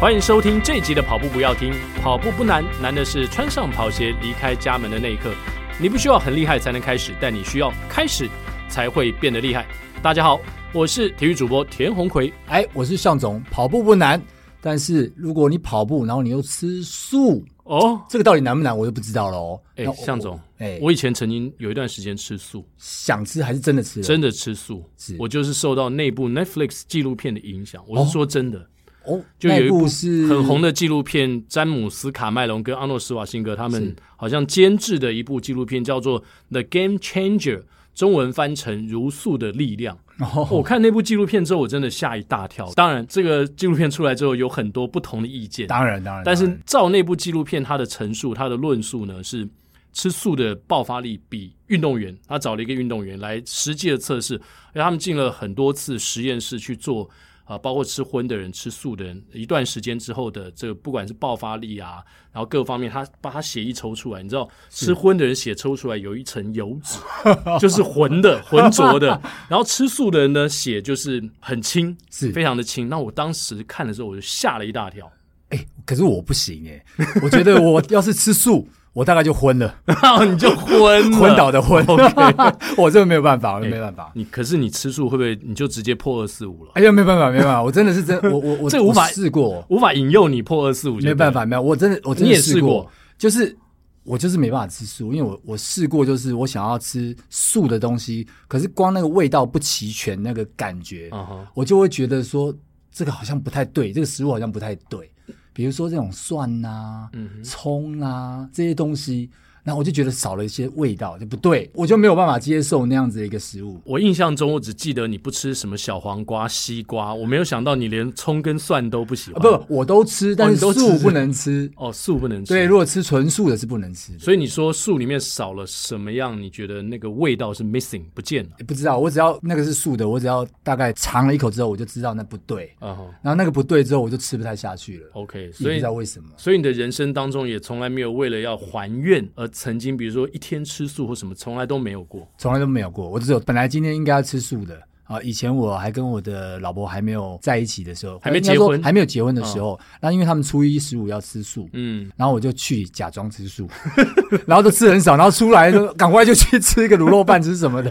欢迎收听这一集的《跑步不要听》。跑步不难，难的是穿上跑鞋离开家门的那一刻。你不需要很厉害才能开始，但你需要开始才会变得厉害。大家好，我是体育主播田宏奎。哎，我是向总，跑步不难，但是如果你跑步，然后你又吃素，哦，这个到底难不难，我就不知道了哦。哎那，我向总，哎，我以前曾经有一段时间吃素，想吃还是真的吃了？真的吃素是，我就是受到那部 Netflix 纪录片的影响。我是说真的，哦，就那有一部部是很红的纪录片，詹姆斯·卡麦隆跟阿诺·施瓦辛格他们好像监制的一部纪录片，叫做《The Game Changer》，中文翻成《如素的力量》。哦，我看那部纪录片之后，我真的吓一大跳。当然，这个纪录片出来之后，有很多不同的意见，当然当然，但当是然照那部纪录片，它的陈述、它的论述呢，是吃素的爆发力比运动员，他找了一个运动员来实际的测试，而他们进了很多次实验室去做啊、包括吃荤的人、吃素的人，一段时间之后的这个不管是爆发力啊，然后各方面，他把他血液抽出来，你知道吃荤的人血抽出来有一层油脂， 就是浑的、浑浊的，然后吃素的人呢，血就是很轻，是非常的轻。那我当时看的时候，我就吓了一大跳。哎，可是我不行哎，我觉得我要是吃素，我大概就昏 了，那哦你就昏了昏倒。的昏。 我真的没有办哎法，我真的没办法。你可是你吃素会不会你就直接破二四五了？哎呀，没办法，没办法，我真的是真，我我我这无法我试过，无法引诱你破二四五，没办。法，没有，我真的我真你的也试过过，就是我就是没办法吃素，因为我我试过，就是我想要吃素的东西，可是光那个味道不齐全，那个感觉，嗯哼，我就会觉得说这个好像不太对，这个食物好像不太对，比如说这种蒜呐、嗯葱啊这些东西。那我就觉得少了一些味道，就不对，我就没有办法接受那样子的一个食物。我印象中我只记得你不吃什么小黄瓜、西瓜，我没有想到你连葱跟蒜都不喜啊欢。不，我都吃，但哦是你都吃素不能吃。哦，素不能吃。对，，如果吃纯素的是不能吃的。所以你说素里面少了什么样？你觉得那个味道是 missing 不见了？不知道，我只要那个是素的，我只要大概尝了一口之后，我就知道那不对。嗯哼然后那个不对之后，我就吃不太下去了， ，OK，也所不以知道为什么。所以你的人生当中也从来没有为了要还愿而曾经，比如说一天吃素或什么，从来都没有过。从来都没有过。我只有本来今天应该要吃素的啊，以前我还跟我的老婆还没有在一起的时候，还没应该结说婚哦还没有结婚的时候，那、因为他们初一十五要吃素。嗯，然后我就去假装吃素， 然后都吃很少，然后出来就赶快就去吃一个卤肉饭，吃 什么的。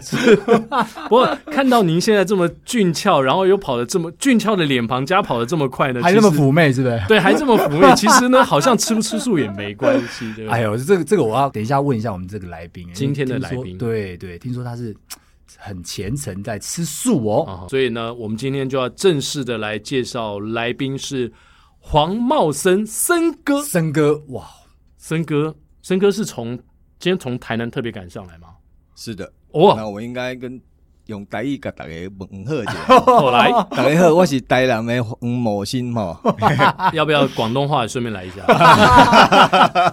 不过看到您现在这么俊俏，然后又跑得这么俊俏的脸庞加跑得这么快呢，还那么其实妩媚，是不是？对，还这么妩 媚。其实呢，好像吃不吃素也没关系，对吧？哎呦，这个这个我要等一下问一下我们这个来宾，今天的听说来宾对对，听说他是很虔诚在吃素哦，啊，所以呢，我们今天就要正式的来介绍来宾是黄茂森森哥，森哥哇，森哥，森哥是从今天从台南特别赶上来吗？是的，哦，那我应该跟用台语甲大家问好一 下。后来大家好，我是台南的黄某新吼，要不要广东话也顺便来一 下？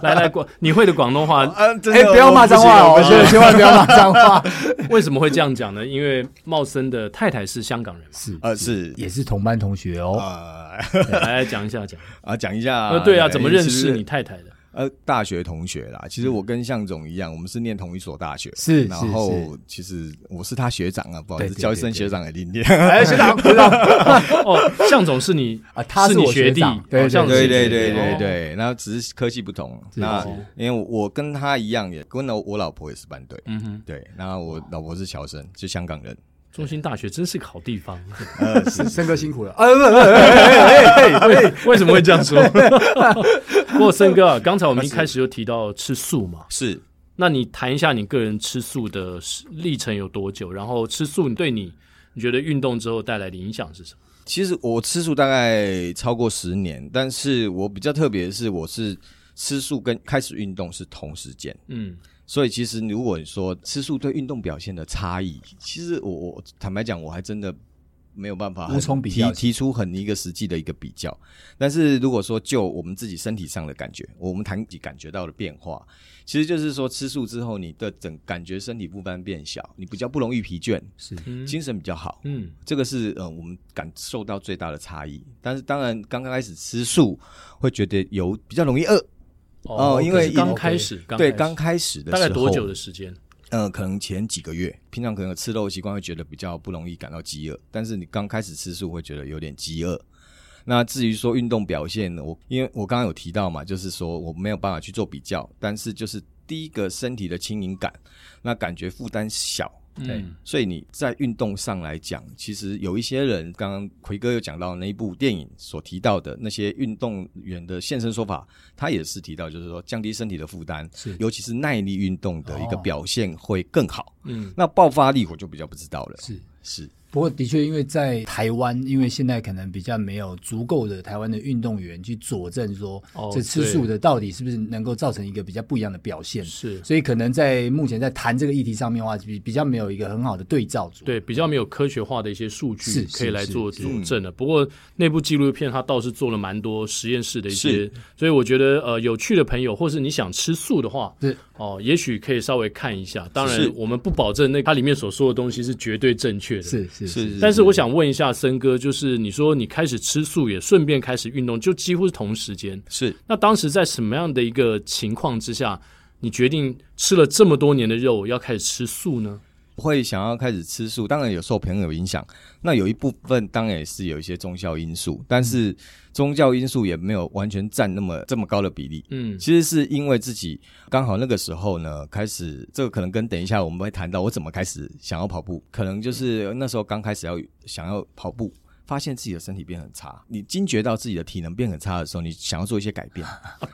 来来广，你会的广东话啊，真的哎，不要骂脏话哦， 我觉得千万不要骂脏话，为什么会这样讲呢？因为茂森的太太是香港人嘛。是呃是也是同班同学哦，啊 来来讲一下讲。啊，讲一下呃，对啊，怎么认识你？太太的？呃，大学同学啦，其实我跟向总一样，我们是念同一所大学，是然是后其实我是他学长啊，不好意思，对对叫一声对对学长也听听。哎，学长，学长，哦，向总是 你啊他是是你我学学弟长，对哦向总是对你 对学弟对对哦对，那只是科系不同。是那是因为我跟他一样，也跟我我老婆也是班队。嗯哼，对，那我老婆是侨生，是香港人。中兴大学真是个好地 方。呃，是森哥辛苦了，呃，不不不不不不不不为什么会这样说？ 不过森哥啊，刚才我们一开始就提到吃素嘛，是那你谈一下你个人吃素的历程有多久？然后吃素对你，你觉得运动之后带来的影响是什么？其实我吃素大概超过十年，但是我比较特别的是，我是吃素跟开始运动是同时间，嗯，所以其实如果你说吃素对运动表现的差异，其实我我坦白讲，我还真的没有办法很无从比较提提出很一个实际的一个比较。但是如果说就我们自己身体上的感觉，我们谈起感觉到的变化，其实就是说吃素之后，你的整感觉身体负担变小，你比较不容易疲倦，是精神比较好。嗯，这个是呃我们感受到最大的差异。但是当然，刚刚开始吃素会觉得有比较容易饿，哦因为可是刚开始，刚对，开始刚开始的大时候，概多久的？时间？呃，可能前几个月，平常可能有吃肉的习惯会觉得比较不容易感到饥饿，但是你刚开始吃素会觉得有点饥饿。那至于说运动表现，我因为我刚刚有提到嘛，就是说我没有办法去做比较，但是就是第一个身体的轻盈感，那感觉负担小。对，嗯所以你在运动上来讲，其实有一些人，刚刚奎哥有讲到那一部电影所提到的那些运动员的现身说法，他也是提到，就是说降低身体的负担，是尤其是耐力运动的一个哦表现会更好。嗯，那爆发力我就比较不知道了，是。是不过，的确，因为在台湾，因为现在可能比较没有足够的台湾的运动员去佐证说哦，这吃素的到底是不是能够造成一个比较不一样的表现，是所以可能在目前在谈这个议题上面的话，比比较没有一个很好的对照组。对比较没有科学化的一些数据是可以来是做佐证的。不过那部纪录片它倒是做了蛮多实验室的一些是，所以我觉得呃有趣的朋友，或是你想吃素的话，是哦，也许可以稍微看一下。当然是，我们不保证那它里面所说的东西是绝对正确的，是是是，，是但是我想问一下森哥，就是你说你开始吃素，也顺便开始运动，就几乎是同时间。是那当时在什么样的一个情况之下，你决定吃了这么多年的肉，要开始吃素呢？会想要开始吃素，当然有受朋友影响，那有一部分当然也是有一些宗教因素，但是宗教因素也没有完全占那么这么高的比例。嗯，其实是因为自己刚好那个时候呢，开始这个可能跟等一下我们会谈到我怎么开始想要跑步，可能嗯就是那时候刚开始要想要跑步，发现自己的身体变很差，你惊觉到自己的体能变很差的时候，你想要做一些 改变，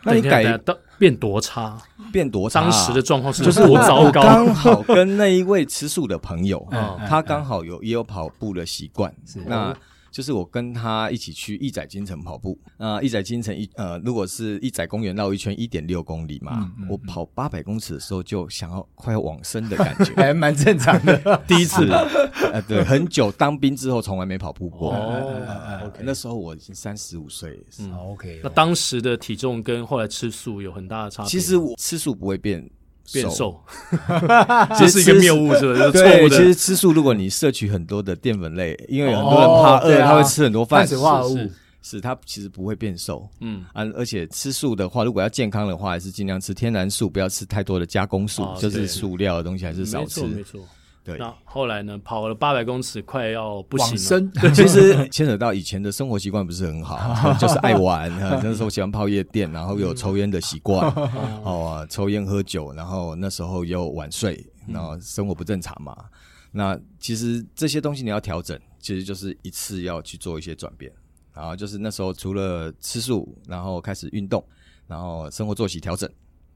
那你等一下改等一下到变多差？变多差啊、当时的状况是就是多我糟我糕？刚好跟那一位吃素的朋友，哦嗯他刚好有也有跑步的习惯，那哦。就是我跟他一起去义载金城跑步，那义载金城一呃，如果是义载公园绕一圈一点六公里嘛，我跑八百公尺的时候就想要快要往生的感觉还蛮正常 的。 第一次， 呃，对，很久当兵之后从来没跑步过，哦呃那时候我已经三十五岁，嗯好 OK，那当时的体重跟后来吃素有很大的差别。其实我吃素不会变变瘦，瘦， 这是一个谬误，是不 是？错误其实的。吃素，如果你摄取很多的淀粉类，因为很多人怕哦饿，对啊他会吃很多饭碳水化合物是是是它其实不会变瘦。嗯，啊，而且吃素的话，如果要健康的话，还是尽量吃天然素，不要吃太多的加工素，哦就对是塑料的东西还是少没错没吃。错。对，那后来呢？跑了八百公尺，快要不行往了。生 其实牵扯到以前的生活习惯不是很好，就是爱玩，啊那时候喜欢泡夜店，然后有抽烟的习惯，哦，抽烟喝酒，然后那时候又晚睡，然后生活不正常嘛。那其实这些东西你要调整，其实就是一次要去做一些转变。然后就是那时候除了吃素，然后开始运动，然后生活作息调整，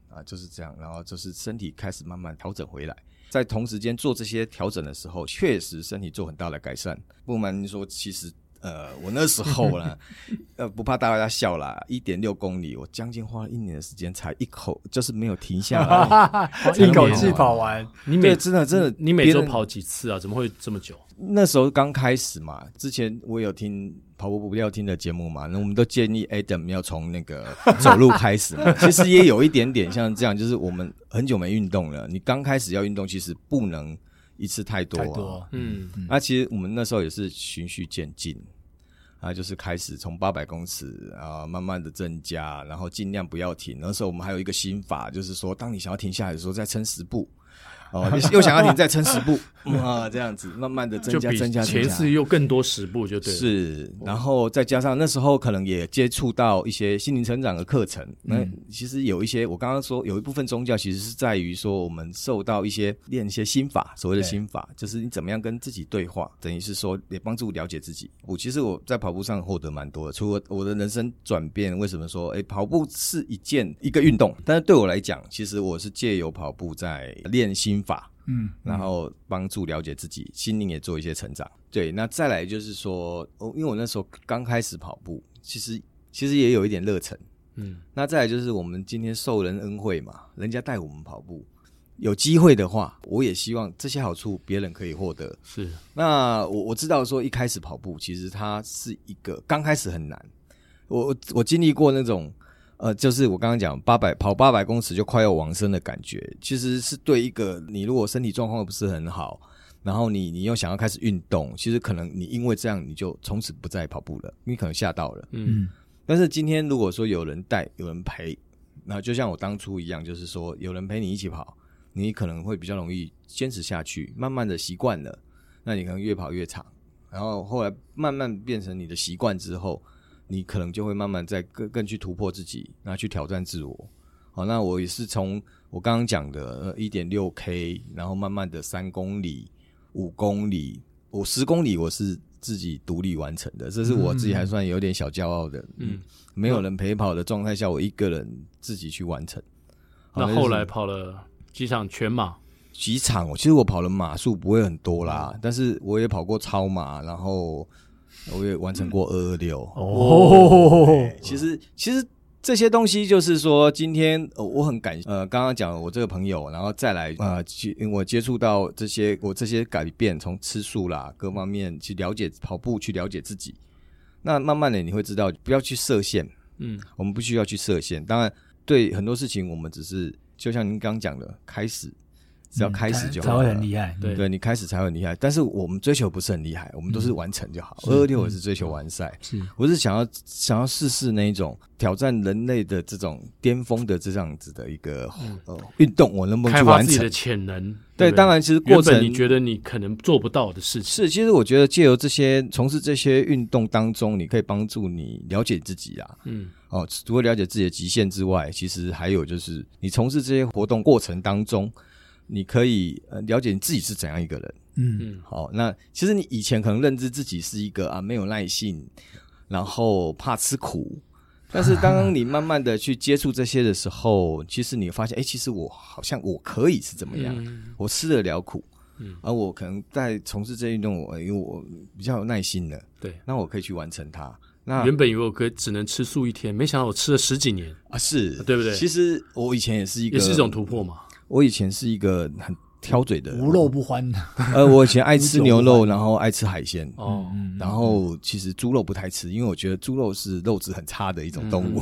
啊，就是这样，然后就是身体开始慢慢调整回来。在同时间做这些调整的时候，确实身体做很大的改善。不瞒您说，其实呃，我那时 候呢，呃，不怕大家笑啦，一点六公里，我将近花了一年的时间才一口，就是没有停下来。 一口气跑完， 你每对，真的真的，你每周别人跑几次啊？怎么会这么久？那时候刚开始嘛，之前我有听跑步不要听的节目嘛，那我们都建议 Adam 要从 那个走路开始嘛。其实也有一点点像这样，就是我们很久没运动了，你刚开始要运动，其实不能一次太多、啊。太多。嗯，那其实我们那时候也是循序渐进，啊，就是开始从八百公尺啊，慢慢的增加，然后尽量不要停。那时候我们还有一个心法，就是说，当你想要停下来的时候，再撑十步。哦，又又想要停，再撑十 步、嗯啊，这样子慢慢的增就加比增加增前一加次。又更多十步，就对了。哦是，然后再加上那时候可能也接触到一些心灵成长的课程，嗯那、其实有一些我刚刚说有一部分宗教其实是在于说我们受到一些练一些心法，所谓的对心法就是你怎么样跟自己对话，等于是说也帮助了解自己。我其实我在跑步上获得蛮多的，除了我的人生转变，为什么说诶跑步是一件一个运动，但是对我来讲，其实我是借由跑步在练心法。嗯，然后帮助了解自己，心灵也做一些成长。对，那再来就是说，哦，因为我那时候刚开始跑步，其实其实也有一点热忱。嗯，那再来就是我们今天受人恩惠嘛，人家带我们跑步，有机会的话，我也希望这些好处别人可以获得。是那我我知道说一开始跑步其实它是一个刚开始很难，我我我经历过那种。呃，就是我刚刚讲八百跑八百公尺就快要往生的感觉，其实是对一个你如果身体状况不是很好，然后你你又想要开始运动，其实可能你因为这样你就从此不再跑步了，你可能吓到了。嗯但是今天如果说有人带，有人陪，那就像我当初一样，就是说有人陪你一起跑，你可能会比较容易坚持下去，慢慢的习惯了，那你可能越跑越长，然后后来慢慢变成你的习惯之后，你可能就会慢慢在更更去突破自己，然后去挑战自我。好，那我也是从我刚刚讲的一点六 K，然后慢慢的三公里、五公里，我十公里我是自己独立完成的，这是我自己还算有点小骄傲的。嗯，没有人陪跑的状态下，我一个人自己去完成。好那就是后来跑了几场全马，几场，其实我跑的码数不会很多嗯啦，但是我也跑过超马，然后我也完成过二二六。哦，其实其实这些东西就是说，今天、呃我很感呃，刚刚讲我这个朋友，然后再来呃，其因为我接触到这些我这些改变，从吃素啦各方面去了解跑步，去了解自己。那慢慢的你会知道，不要去设限，嗯，我们不需要去设限。当然，对很多事情我们只是就像您刚讲的，开始只要开始就嗯才好会了。很厉害。对对你开始才会很厉害，但是我们追求不是很厉害，我们都是嗯完成就好。二二六我是追求完赛，是我是想要想要试试那一种挑战人类的这种巅峰的这样子的一个、呃运动，我能不嗯能开去发完自己的成？潜能。对，不当然，其实原过本程你觉得你可能做不到的事情，是，其实我觉得借由这些从事这些运动当中，你可以帮助你了解自己啊。嗯，哦，除了了解自己的极限之外，其实还有就是你从事这些活动过程当中，你可以呃了解你自己是怎样一个人。嗯，好，那其实你以前可能认知自己是一个啊没有耐性，然后怕吃苦，但是当你慢慢的去接触这些的时候，其实你发现，哎、其实我好像我可以是怎么样，嗯我吃得了苦，嗯，而我可能在从事这运动，我因为我比较有耐心了，对。那我可以去完成它。那原本以为我可以只能吃素一天，没想到我吃了十几年，啊是对不对其实我以前也是一个，也是一种突破嘛。我以前是一个很挑嘴的人，无肉不欢，呃，我以前爱吃无酒牛不肉，然后爱吃海鲜，哦，然后其实猪肉不太吃，因为我觉得猪肉是肉质很差的一种动物。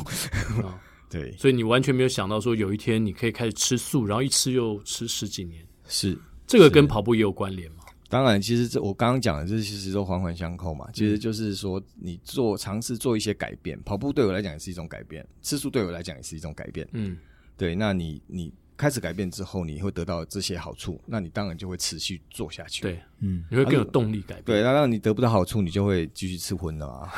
哦 对，所以你完全没有想到说有一天你可以开始吃素，然后一吃又吃十几年，是。这个跟跑步也有关联嘛？当然，其实这我刚刚讲的，这其实都环环相扣嘛。其嗯实就是说，你做尝试做一些改变，跑步对我来讲也是一种改变，吃素对我来讲也是一种改变。嗯，对，那你你开始改变之后，你会得到这些好处，那你当然就会持续做下去。对，嗯，你会更有动力改变。对，那让你得不到好处，你就会继续吃荤了啊。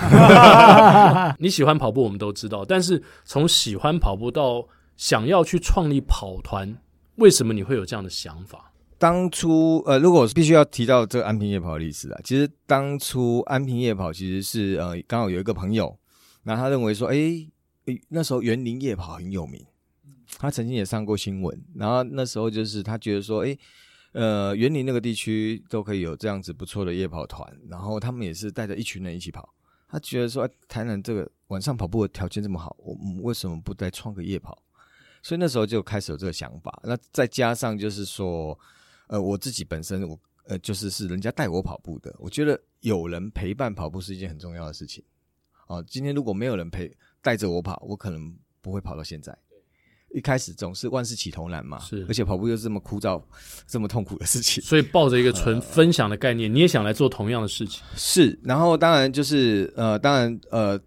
你喜欢跑步，我们都知道，但是从喜欢跑步到想要去创立跑团，为什么你会有这样的想法？当初呃，如果必须要提到这个安平夜跑的历史啊，其实当初安平夜跑其实是呃，刚好有一个朋友，那他认为说，诶，诶那时候园林夜跑很有名，他曾经也上过新闻，然后那时候就是他觉得说，诶，呃，园林那个地区都可以有这样子不错的夜跑团，然后他们也是带着一群人一起跑，他觉得说，哎台南这个晚上跑步的条件这么好，我们为什么不再创个夜跑？所以那时候就开始有这个想法，那再加上就是说，呃，我自己本身我呃就是是人家带我跑步的，我觉得有人陪伴跑步是一件很重要的事情。哦、今天如果没有人陪带着我跑，我可能不会跑到现在。一开始总是万事起头难嘛，是而且跑步又是这么枯燥、这么痛苦的事情，所以抱着一个呃纯分享的概念，你也想来做同样的事情。 是，然后当然就是呃，当然呃，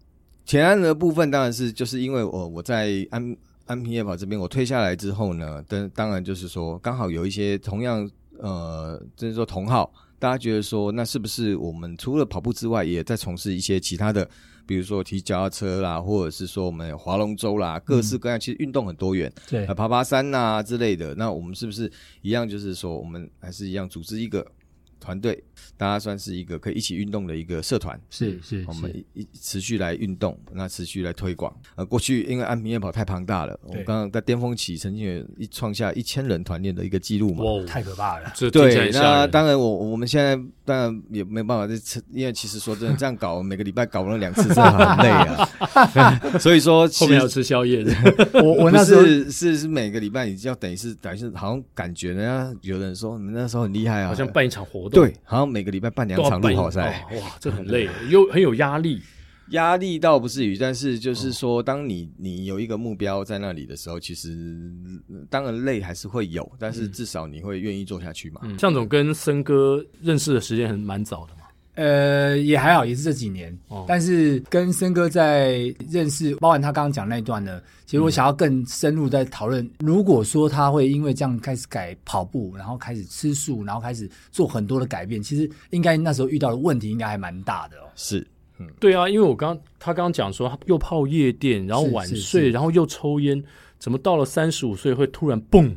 田安的部分当然是就是因为我我在安安平夜跑这边我退下来之后呢，但当然就是说刚好有一些同样呃，就是说同好，大家觉得说那是不是我们除了跑步之外，也在从事一些其他的，比如说骑脚踏车啦，或者是说我们有划龙舟啦，各式各样，其实运动很多元。对呃，爬爬山呐、之类的。那我们是不是一样？就是说，我们还是一样组织一个团队，大家算是一个可以一起运动的一个社团。是是我们是，一一持续来运动，那持续来推广。呃，过去因为安平夜跑太庞大了，我对们刚刚在巅峰期曾经有一创下一千人团练的一个记录嘛。哇，哦太可怕了，这听起来对，很吓那人当然我，我们现在当然也没办法再吃，因为其实说真的，这样搞每个礼拜搞了两次，真的很累啊。 所以说，其后面实要吃宵夜的， 我我那不时候是是是每个礼拜你就要等于是等于是好像感觉人家有人说你们那时候很厉害啊，好像办一场活动，对，好像每个礼拜办两都要场办一路跑赛，嗯哦哇，这很累，又很有压力。压力倒不至于，但是哦就是说，当你你有一个目标在那里的时候，其实呃当然累还是会有，但嗯是至少你会愿意做下去嘛。嗯向总跟森哥认识的时间很蛮早的嘛，呃，也还好，也是这几年。哦但是跟森哥在认识，包含他刚刚讲那一段呢，其实我想要更深入在讨论，如果说他会因为这样开始改跑步，然后开始吃素，然后开始做很多的改变，其实应该那时候遇到的问题应该还蛮大的哦。是对啊，因为我刚他刚刚讲说，他又泡夜店，然后是晚是睡，是然后又抽烟，怎么到了三十五岁会突然嘣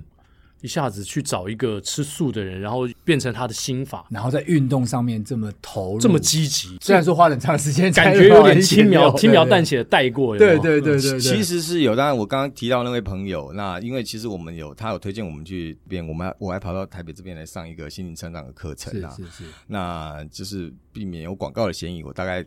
一下子去找一个吃素的人，然后变成他的心法然后在运动上面这么投入，这嗯么积极，虽然说花了很长时间才 感跑觉完有点一点六，轻描轻描对淡写的带过，有没有对对对对对，其实是有，当然我刚刚提到那位朋友，那因为其实我们有他有推荐我们去这边，我们还我还跑到台北这边来上一个心灵成长的课程是啊，是是，那就是避免有广告的嫌疑，我大概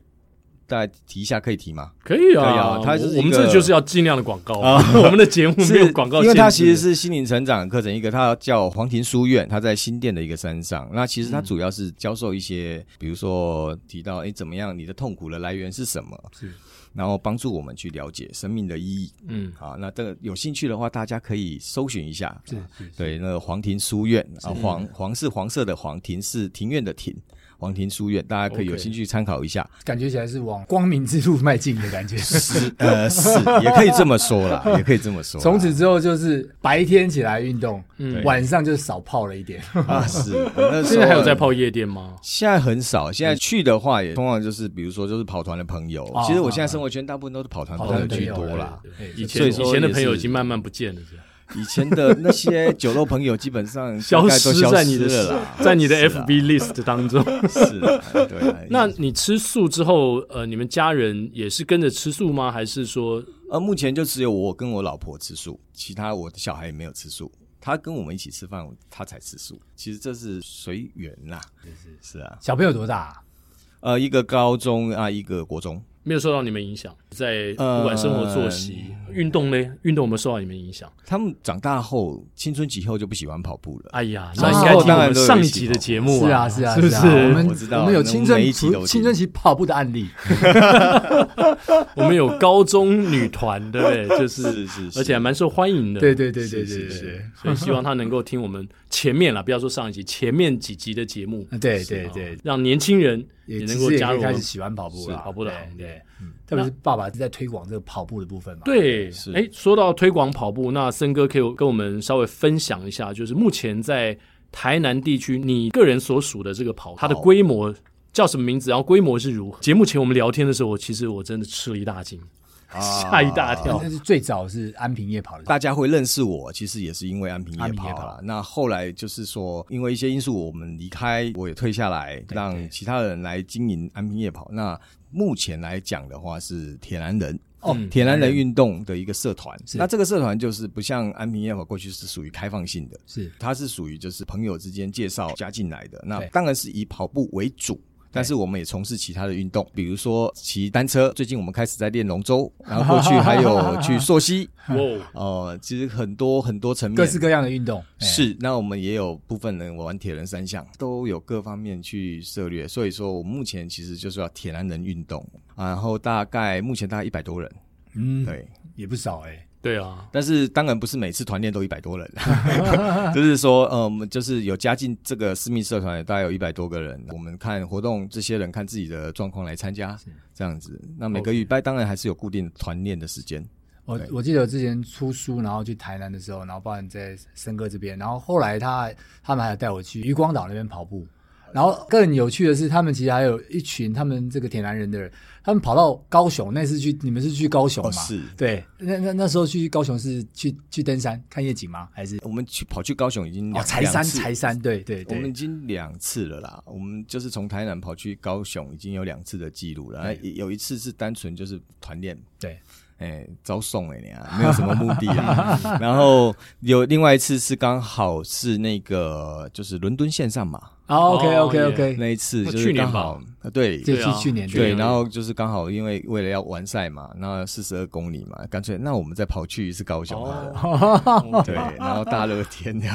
大概提一下，可以提吗？可以可以啊啊，它就是一我们个啊这就是要尽量的广告，我们的节目 没有广告限制，因为它其实是心灵成长课程，一个它叫黄庭书院，它在新店的一个山上。那其实嗯它主要是教授一些，比如说提到哎怎么样，你的痛苦的来源是什么，是然后帮助我们去了解生命的意义。嗯，好，那这个有兴趣的话，大家可以搜寻一下。是是对，那个黄庭书院啊，黄黄是黄色的黄，庭是庭院的庭，黄庭书院，大家可以有 OK 兴趣参考一下。感觉起来是往光明之路迈进的感觉。是呃是，也可以这么说 啦，也可以这么说啦。从此之后就是白天起来运动，嗯晚上就少泡了一点。啊是，我那时候现在还有在泡夜店吗？现在很少，现在去的话也通常就是，比如说就是跑团的朋友。哦其实我现在生活圈大部分都是跑团跑朋团友的 居朋友多啦啦。哦对哎以所前以以说前的也朋友是已经慢慢不见了，这样以前的那些酒肉朋友基本 上大概都失消在你的了啦， 在你的是啊啦 FB list 当中。是啦， 对啊。那你吃素之后，呃，你们家人也是跟着吃素吗？还是说，呃，目前就只有我跟我老婆吃素，其他我的小孩也没有吃素。他跟我们一起吃饭，他才吃素。其实这是随缘啦，是啊，小朋友多大啊？呃，一个高中啊，一个国中。没有受到你们影响？在呃不管生活作息、运动呢？运动有没有受到你们影响？他们长大后，青春期后就不喜欢跑步了。哎呀，之那后应该听当我然们都有上一一起集的跑节目是啊是啊是不啊我是？们我知道我们有青春每一集都期有青春期跑步的案例，我们有高中女团，对不对？就是， 是是是，而且还蛮受欢迎的。对对对对是对是对是对所以希望她能够听我们前面了，不要说上一集，前面几集的节目，啊对对对，让年轻人也也能其够实也加可入以我开始们喜欢跑步是了，跑步的对行对，特别是爸爸在推广这个跑步的部分嘛。，对，是哎，说到推广跑步，那森哥可以跟我们稍微分享一下，就是目前在台南地区，你个人所属的这个跑，它的规模叫什么名字？然后规模是如何？节目前我们聊天的时候，我其实我真的吃了一大惊，啊 吓一大 跳。但是最早是安平夜跑的，大家会认识我，其实也是因为安平夜安平跑夜啦跑。那后来就是说，因为一些因素，我们离开，我也退下来，让其他人来经营安平夜跑。那目前来讲的话，是铁男人嗯哦铁男人运动的一个社团。那这个社团就是不像安平夜跑过去是属于开放性的，是它是属于就是朋友之间介绍加进来的。那对当然是以跑步为主。但是我们也从事其他的运动，比如说骑单车。最近我们开始在练龙舟， 然后过去还有去溯溪， 哇哦，哦，其实很多很多层面各式各样的运动，哎是。那我们也有部分人玩铁人三项，都有各方面去涉猎。所以说我目前其实就是要铁男人运动，然后大概目前大概一百多人，嗯，对。也不少哎。对啊，但是当然不是每次团练都一 百多人， 就是说，呃，我们就是有加进这个私密社团，大概有一百多个人。我们看活动，这些人看自己的状况来参加，这样子。那每个礼拜当然还是有固定团练的时间。我对我记得我之前出书，然后去台南的时候，然后包含在森哥这边，然后后来他他们还有带我去渔光岛那边跑步，然后更有趣的是，他们其实还有一群他们这个铁南人的人，他们跑到高雄，那次去你们是去高雄嘛？哦是对，那那那时候去高雄是去去登山看夜景吗？还是我们去跑去高雄已经哦两柴山两次柴山？对对我们对，已经两次了啦，我们就是从台南跑去高雄，已经有两次的记录了。那有一次是单纯就是团练，对，哎，招送哎、你啊，没有什么目的啊。然后有另外一次是刚好是那个就是伦敦线上嘛，好 OK OK 哦 OK，那一次就那去是年刚好吧呃对这对啊是去年去对，年然后就是刚好因为为了要完赛嘛，那四十二公里嘛，干脆那我们再跑去一次高雄好了。对，然后大热天 的，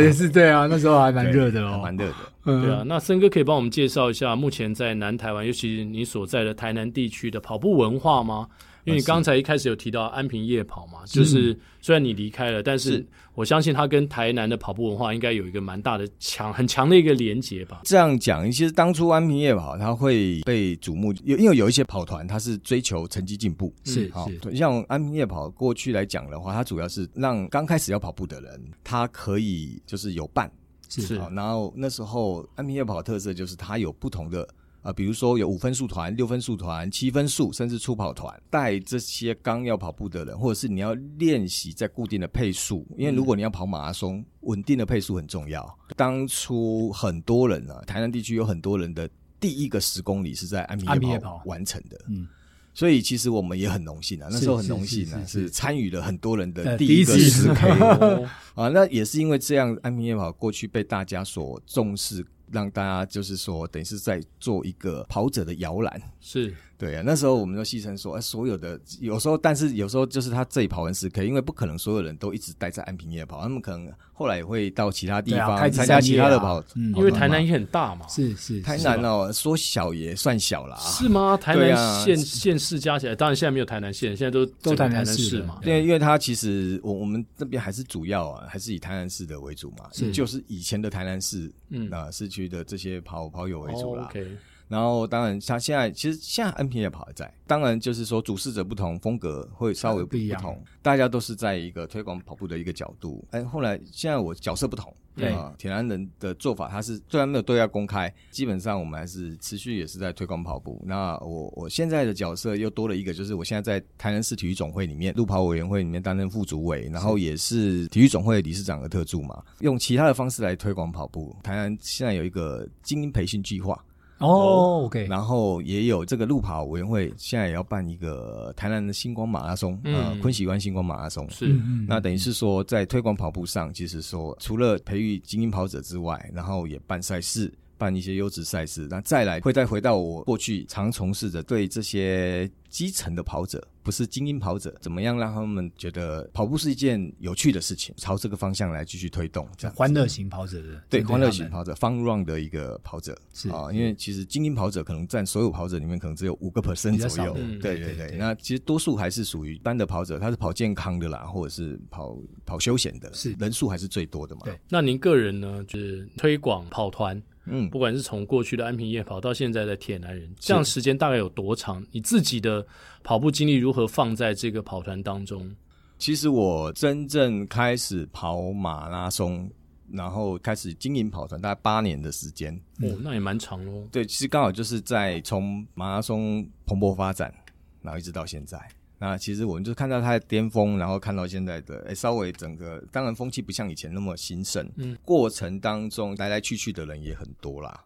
也是对啊，那时候还蛮热的还哦，蛮热的。对啊，那森哥可以帮我们介绍一下目前在南台湾，尤其你所在的台南地区的跑步文化吗？因为你刚才一开始有提到安平夜跑嘛，就是虽然你离开了，但是我相信它跟台南的跑步文化应该有一个蛮大的强很强的一个连结吧。这样讲，其实当初安平夜跑它会被瞩目，有因为有一些跑团它是追求成绩进步。是好是，对像安平夜跑过去来讲的话，它主要是让刚开始要跑步的人，他可以就是有伴。是好，然后那时候安平夜跑的特色就是它有不同的呃，比如说有五分速团、六分速团、七分速，甚至初跑团，带这些刚要跑步的人，或者是你要练习在固定的配速，因为如果你要跑马拉松，稳定的配速很重要。当初很多人啊，台南地区有很多人的第一个十公里是在安安平平夜夜跑跑完成的，嗯，所以其实我们也很荣幸啊，那是时候很是荣是幸啊，是是是参与了很多人的呃第第一一个季十 K 哦啊，那也是因为这样，安平夜跑过去被大家所重视，让大家就是说，等于是在做一个跑者的摇篮。是对啊，那时候我们都戏称说，哎、所有的有时候，但是有时候就是他这里跑完十 K，因为不可能所有人都一直待在安平夜跑，他们可能后来也会到其他地对啊方、开枝参加散其叶他的啊跑，嗯因为跑台团南嘛也很大嘛，是是台是南哦，说小也算小啦。是啊吗？台对南啊县县市加起来，当然现在没有台南县，现在都整个台台南南市了嘛。因为因为它其实我我们这边还是主要啊，还是以台南市的为主嘛，是就是以前的台南市，嗯啊、市区的这些跑跑友为主哦啦。 ，OK，然后当然，像现在其实现在安平也跑还在，当然就是说主事者不同，风格会稍微呃不一样同，大家都是在一个推广跑步的一个角度。哎，后来现在我角色不同，对啊，铁男人的做法，他是虽然没有对外公开，基本上我们还是持续也是在推广跑步。那我我现在的角色又多了一个，就是我现在在台南市体育总会里面路跑委员会里面担任副主委，然后也是体育总会理事长的特助嘛，用其他的方式来推广跑步。台南现在有一个精英培训计划。哦，OK，然后也有这个路跑委员会，现在也要办一个台南的星光马拉松，嗯呃，昆喜湾星光马拉松。是嗯那等于是说，在推广跑步上，其实说除了培育精英跑者之外，然后也办赛事，办一些优质赛事。那再来会再回到我过去常从事的，对这些基层的跑者，不是精英跑者，怎么样让他们觉得跑步是一件有趣的事情，朝这个方向来继续推动，这样子欢乐型跑者的对，针欢乐他型们跑者 （fun run） 的一个跑者是啊，因为其实精英跑者可能占所有跑者里面可能只有五个 percent 比较左少右的，嗯对对对对对。对那其实多数还是属于一般的跑者，他是跑健康的啦，或者是跑跑休闲的，是人数还是最多的嘛。对那您个人呢，就是推广跑团，嗯，不管是从过去的安平夜跑到现在的铁男人，这样时间大概有多长？你自己的跑步经历如何放在这个跑团当中？其实我真正开始跑马拉松，然后开始经营跑团，大概八年的时间。哦，那也蛮长喽。对，其实刚好就是在从马拉松蓬勃发展，然后一直到现在。那其实我们就看到它的巅峰，然后看到现在的，诶稍微整个，当然风气不像以前那么兴盛。嗯，过程当中来来去去的人也很多啦。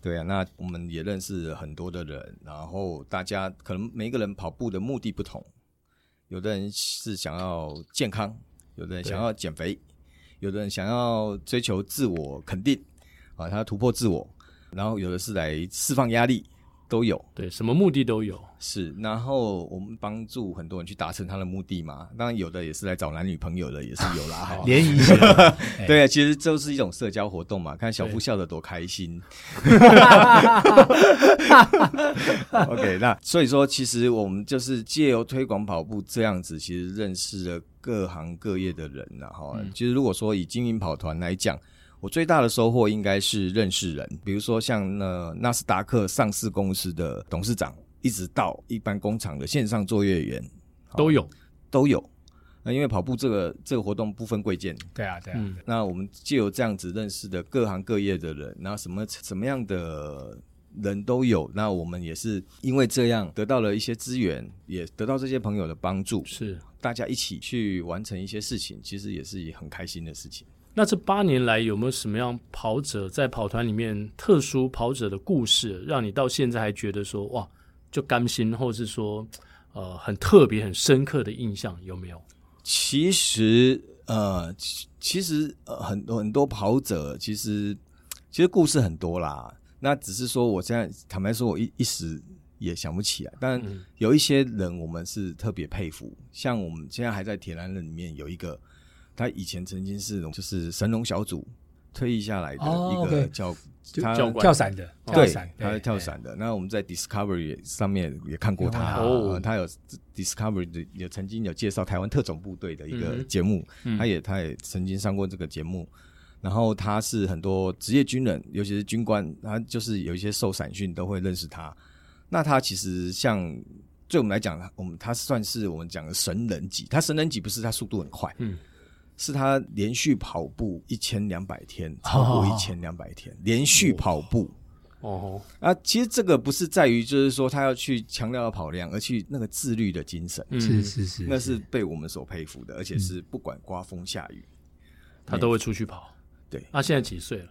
对啊，那我们也认识很多的人，然后大家可能每一个人跑步的目的不同，有的人是想要健康，有的人想要减肥，有的人想要追求自我肯定啊，他突破自我，然后有的是来释放压力，都有。对，什么目的都有。是，然后我们帮助很多人去达成他的目的嘛。当然，有的也是来找男女朋友的，也是有啦。哈 联谊型对啊，其实就是一种社交活动嘛。看小夫笑得多开心。OK，那所以说，其实我们就是借由推广跑步这样子，其实认识了各行各业的人然后其实如果说以经营跑团来讲，我最大的收获应该是认识人，比如说像呃纳斯达克上市公司的董事长，一直到一般工厂的线上作业员都有，都有。那因为跑步这个这个活动不分贵贱，对啊对啊，嗯，那我们借由这样子认识的各行各业的人，然后什么什么样的人都有，那我们也是因为这样得到了一些资源，也得到这些朋友的帮助，是。大家一起去完成一些事情，其实也是很开心的事情。那这八年来有没有什么样跑者在跑团里面特殊跑者的故事，让你到现在还觉得说哇，就甘心，或是说呃很特别、很深刻的印象有没有？其实呃，其其实呃，很多很多跑者其实其实故事很多啦。那只是说，我现在坦白说，我一一时也想不起来。但嗯有一些人，我们是特别佩服，像我们现在还在铁男人里面有一个，他以前曾经是就是神龙小组退役下来的哦一个 OK 教、就他教官跳伞的，跳哦对伞，，他是对跳，伞的。那我们在 Discovery 上面也看过他，看过他呃他有 Discovery 的有曾经有介绍台湾特种部队的一个节目，嗯他也他也曾经上过这个节目。然后他是很多职业军人，尤其是军官，他就是有一些受散训都会认识他。那他其实像对我们来讲，我们他算是我们讲的神人级。他神人级不是他速度很快，嗯，是他连续跑步一千两百天，超过哦一千两百天，连续跑步。哦吼，啊，其实这个不是在于就是说他要去强调要跑量，而去那个自律的精神，嗯是是是，那是被我们所佩服的，而且是不管刮风下雨，他都会出去跑。对他现在几岁了？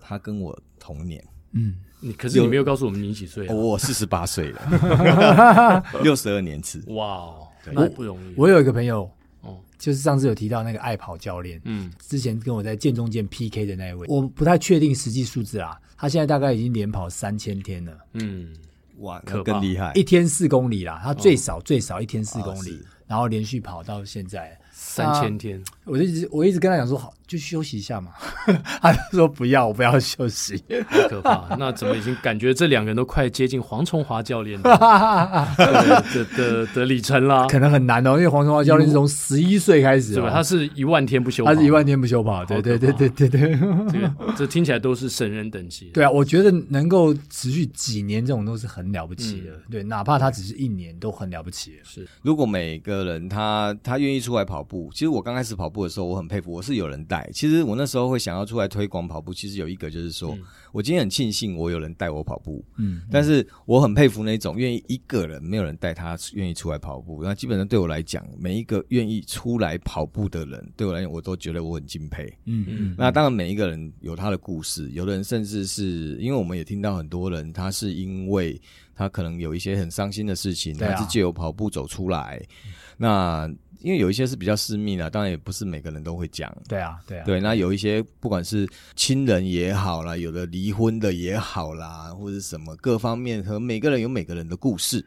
他跟我同年，嗯，你可是你没有告诉我们你几岁啊哦、？我四十八岁了，六十二年次，哇哦，那不容易。嗯我有一个朋友，哦哦，就是上次有提到那个爱跑教练，嗯之前跟我在剑中剑 PK 的那一位，我不太确定实际数字啦，他现在大概已经连跑三千天了，嗯，哇，可那怕更厉害，一天四公里啦，他最少最少一天四公哦啊里是，然后连续跑到现在。三千天，我就一直我一直跟他讲说，好，就休息一下嘛。 他就说不要，我不要休息。 太可怕。那怎么已经感觉这两个人都快接近黄崇华教练的 的的的里程啦，可能很难哦，因为黄崇华教练是从十一岁开始、对哦，吧？他是一万天不休跑，他是一万天不休跑，对对对对对对。这个这听起来都是神人等级。对啊，我觉得能够持续几年这种都是很了不起的，对，哪怕他只是一年都很了不起了。如果每个人他他愿意出来跑步，其实我刚开始跑步的时候，我很佩服，我是有人带。其实我那时候会想要出来推广跑步，其实有一个就是说，我今天很庆幸我有人带我跑步，嗯，但是我很佩服那种愿意一个人没有人带他愿意出来跑步。那基本上对我来讲，每一个愿意出来跑步的人，对我来讲，我都觉得我很敬佩。嗯嗯那当然，每一个人有他的故事，有的人甚至是因为我们也听到很多人，他是因为他可能有一些很伤心的事情，对啊他是借由跑步走出来。那因为有一些是比较私密的，当然也不是每个人都会讲。对啊，对啊，对，那有一些不管是亲人也好啦，有的离婚的也好啦，或者什么各方面，和每个人有每个人的故事，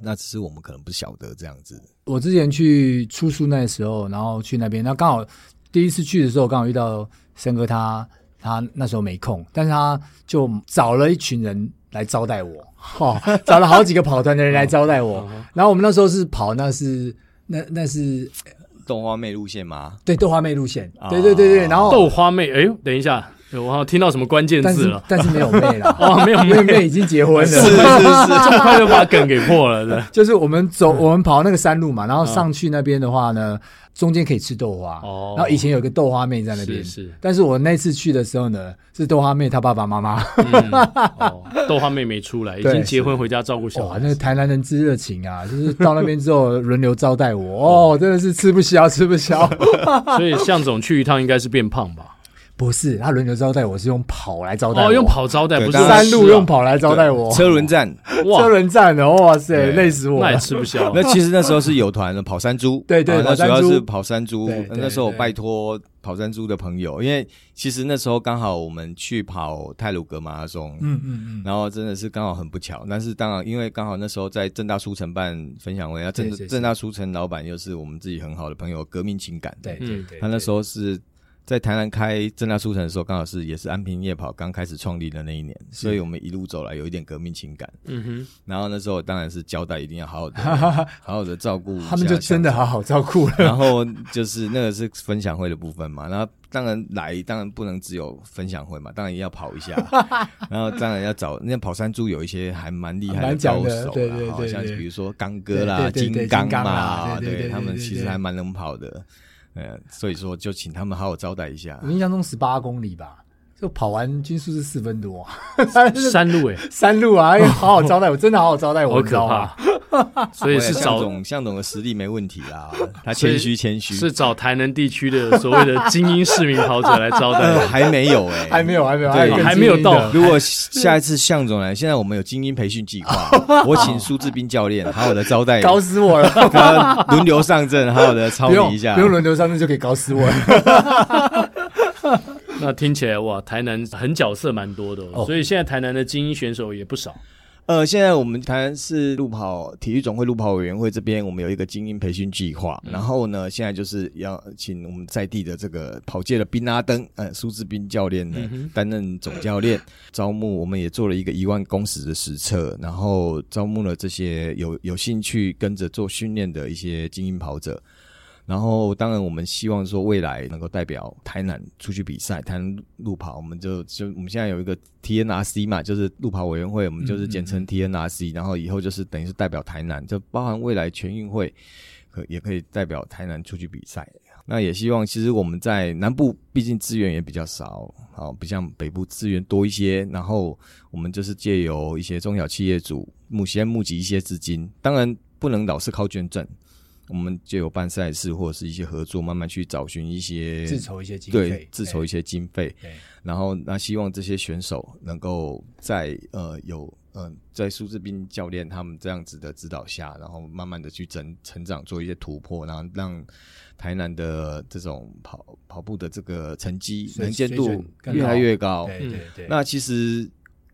那只是我们可能不晓得这样子。我之前去出书那时候，然后去那边，那刚好第一次去的时候，刚好遇到森哥他，他那时候没空，但是他就找了一群人来招待我，哦，找了 好几个跑团的人来招待我。然后我们那时候是跑，那是那那是动画妹路线吗？对豆花妹路线，啊对对对对，然后豆花妹，哎呦，等一下，哎我好像听到什么关键但字是了，但是没有妹了， 哦没有妹因为妹已经结婚了， 这么快就把梗给破了，对。就是我们走，嗯我们跑那个山路嘛，然后上去那边的话呢，中间可以吃豆花。哦然后以前有个豆花妹在那边，是是但是我那次去的时候呢，是豆花妹她爸爸 妈妈，嗯哦，豆花妹没出来，已对经结婚回家照顾小哇，孩。那个台南人之热情啊，就是到那边之后轮流招待我，哦，真的是吃不消，吃不消。 所以向总去一趟应该是变胖吧？不是，他轮流招待我是用跑来招待我，哦，用跑招待，对不是当然山吃啊路用 跑来招待我，车轮战，哇车，轮战的，哇塞，对累死我那也了。吃不消。 那其实那时候是有团的，跑山猪， 对对跑啊那主山要猪是跑山猪对。对那时候我对拜托跑山猪的朋友，因为其实那时候刚好我们去跑泰鲁格马拉松，嗯嗯嗯，然后真的是刚好很不巧，但是当然因为刚好那时候在正大书城办分享会，那正对对对正大书城老板又是我们自己很好的朋友，革命情感，对嗯对对对，他那时候是在台南开正大书城的时候，刚好是也是安平夜跑刚开始创立的那一年，所以我们一路走来有一点革命情感。嗯哼，然后那时候我当然是交代一定要 好好的好好的照顾一下，他们就真的好好照顾了。这样。然后就是那个是分享会的部分嘛，然后当然来当然不能只有分享会嘛，当然也要跑 一下，然后当然要找那跑山猪有一些还蛮厉害蛮强高的手啦，对对对好像对比如说刚哥啦、对对对对刚金刚嘛啦，对对对他们对对其实对还蛮能跑的，呃，所以说就请他们好好招待一下嗯我。印象中十八公里吧，就跑完均速是四分多、啊山路哎， 山路啊，要好好招待我，真的好好招待我，好你可知道吗怕。所以是向找总，向总的实力没问题 啦，他所以谦虚谦虚，是找台南地区的所谓的精英市民跑者来招呃待。还没有哎，还没有，还没有，对有更还没有精英的 到如果下一次向总来，现在我们有精英培训 计划，我请苏志斌教练好好的招待你，搞死我了。他轮流 上阵，好好的操不用你一下。不用轮流上阵就可以搞死我了。 那听起来哇，台南很角色蛮多的哦，哦所以现在台南的精英选手也不少。呃，现在我们台南市路跑体育总会路跑委员会这边，我们有一个精英培训计划，嗯然后呢，现在就是要请我们在地的这个跑界的宾拉登，呃，苏志斌教练嗯呢担任总教练，招募我们也做了一个一万公尺的实测，然后招募了这些有有兴趣跟着做训练的一些精英跑者。然后，当然，我们希望说未来能够代表台南出去比赛，台南路跑，我们就就我们现在有一个 TNRC 嘛，就是路跑委员会，我们就是简称 TNRC，、然后以后就是等于是代表台南，就包含未来全运会，可也可以代表台南出去比赛。那也希望，其实我们在南部，毕竟资源也比较少，好，不像北部资源多一些。然后我们就是借由一些中小企业主募先募集一些资金，当然不能老是靠捐赠，我们借由办赛事或者是一些合作，慢慢去找寻一些自筹一些哎经费对，自筹一些经费。对然后那希望这些选手能够在呃有呃在苏志斌教练他们这样子的指导下，然后慢慢的去成成长，做一些突破，然后让台南的这种跑跑步的这个成绩水能见水度准更越来高越高。对对对，哦嗯那其实，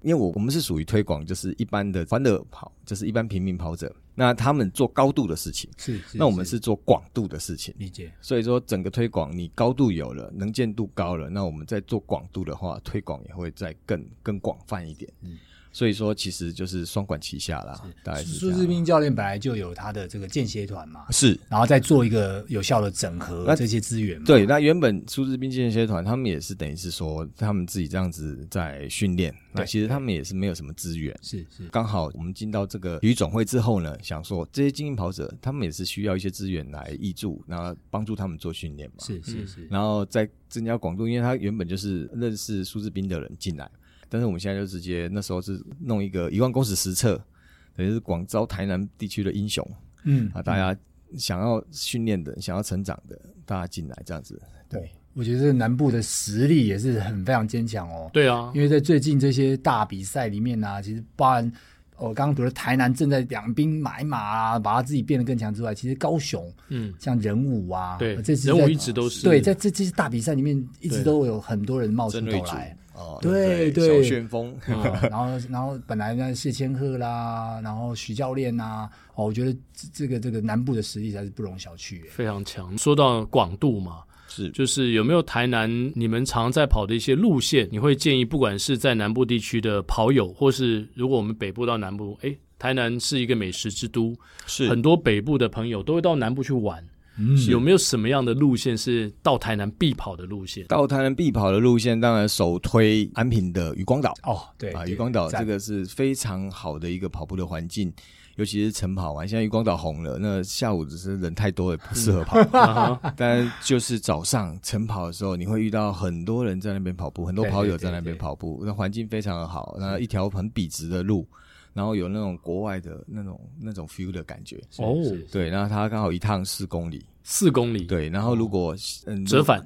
因为我我们是属于推广，就是一般的欢乐跑，就是一般平民跑者，那他们做高度的事情，是是那我们是做广度的事情。理解所以说，整个推广你高度有了，能见度高了，那我们在做广度的话，推广也会再更更广泛一点。嗯所以说其实就是双管齐下啦，大概是这苏样啊志斌教练本来就有他的这个间歇团嘛，是。然后再做一个有效的整合那这些资源嘛，对，那原本苏志斌间歇团，他们也是等于是说，他们自己这样子在训练。那对其实他们也是没有什么资源，是是刚好我们进到这个体育总会之后呢，想说这些精英跑者，他们也是需要一些资源来挹注，然后帮助他们做训练嘛。是是是，然后再增加广度，因为他原本就是认识苏志斌的人进来，但是我们现在就直接那时候是弄一个一万公尺实测，等于是广招台南地区的英雄嗯啊，大家想要训练的、想要成长的，大家进来这样子。嗯对，我觉得这个南部的实力也是很非常坚强哦。对啊因，为在最近这些大比赛里面呢、啊，其实包含我刚刚读了台南正在养兵买马啊，把他自己变得更强之外，其实高雄嗯，像人武啊，对，这次人在物一直都是对，在这这些大比赛里面，一直对都有很多人冒出曾瑞头祖来。哦，对对小旋风，然后，然后本来呢，谢千鹤啦，然后徐教练呐、哦，我觉得这这个这个南部的实力才是不容小觑耶。非常强。说到广度嘛，是就是有没有台南你们常在跑的一些路线，你会建议不管是在南部地区的跑友，或是如果我们北部到南部，诶，台南是一个美食之都，是很多北部的朋友都会到南部去玩。嗯有没有什么样的路线是到台南必跑的路线？到台南必跑的路线，当然首推安平的渔光岛。哦，对啊，对渔光岛赞这个是非常好的一个跑步的环境，尤其是晨跑啊完，现在渔光岛红了，那下午只是人太多了，不适合 跑。啊但就是早上晨跑的时候，你会遇到很多人在那边跑步，很多对跑友对在那对边对跑步，那环境非常的好，那一条很笔直的路，然后有那种国外的那种那种 feel 的感觉。哦，对，然后它刚好一趟四公里，四公里，，对，然后如果嗯折返，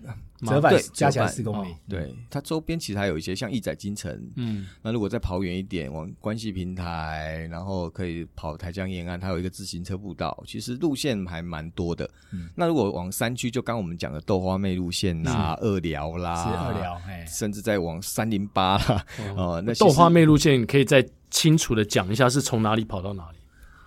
折返对加起来折返四公里哦，对，嗯它周边其实还有一些像义载金城，嗯，那如果再跑远一点，往关系平台，然后可以跑台江沿岸，它有一个自行车步道，其实路线还蛮多的。那如果往山区，就刚我们讲的豆花妹路线啦、二寮啦，是二寮，，哎，甚至再往三零八啦，呃，那其实豆花妹路线，你可以再清楚的讲一下是从哪里跑到哪里？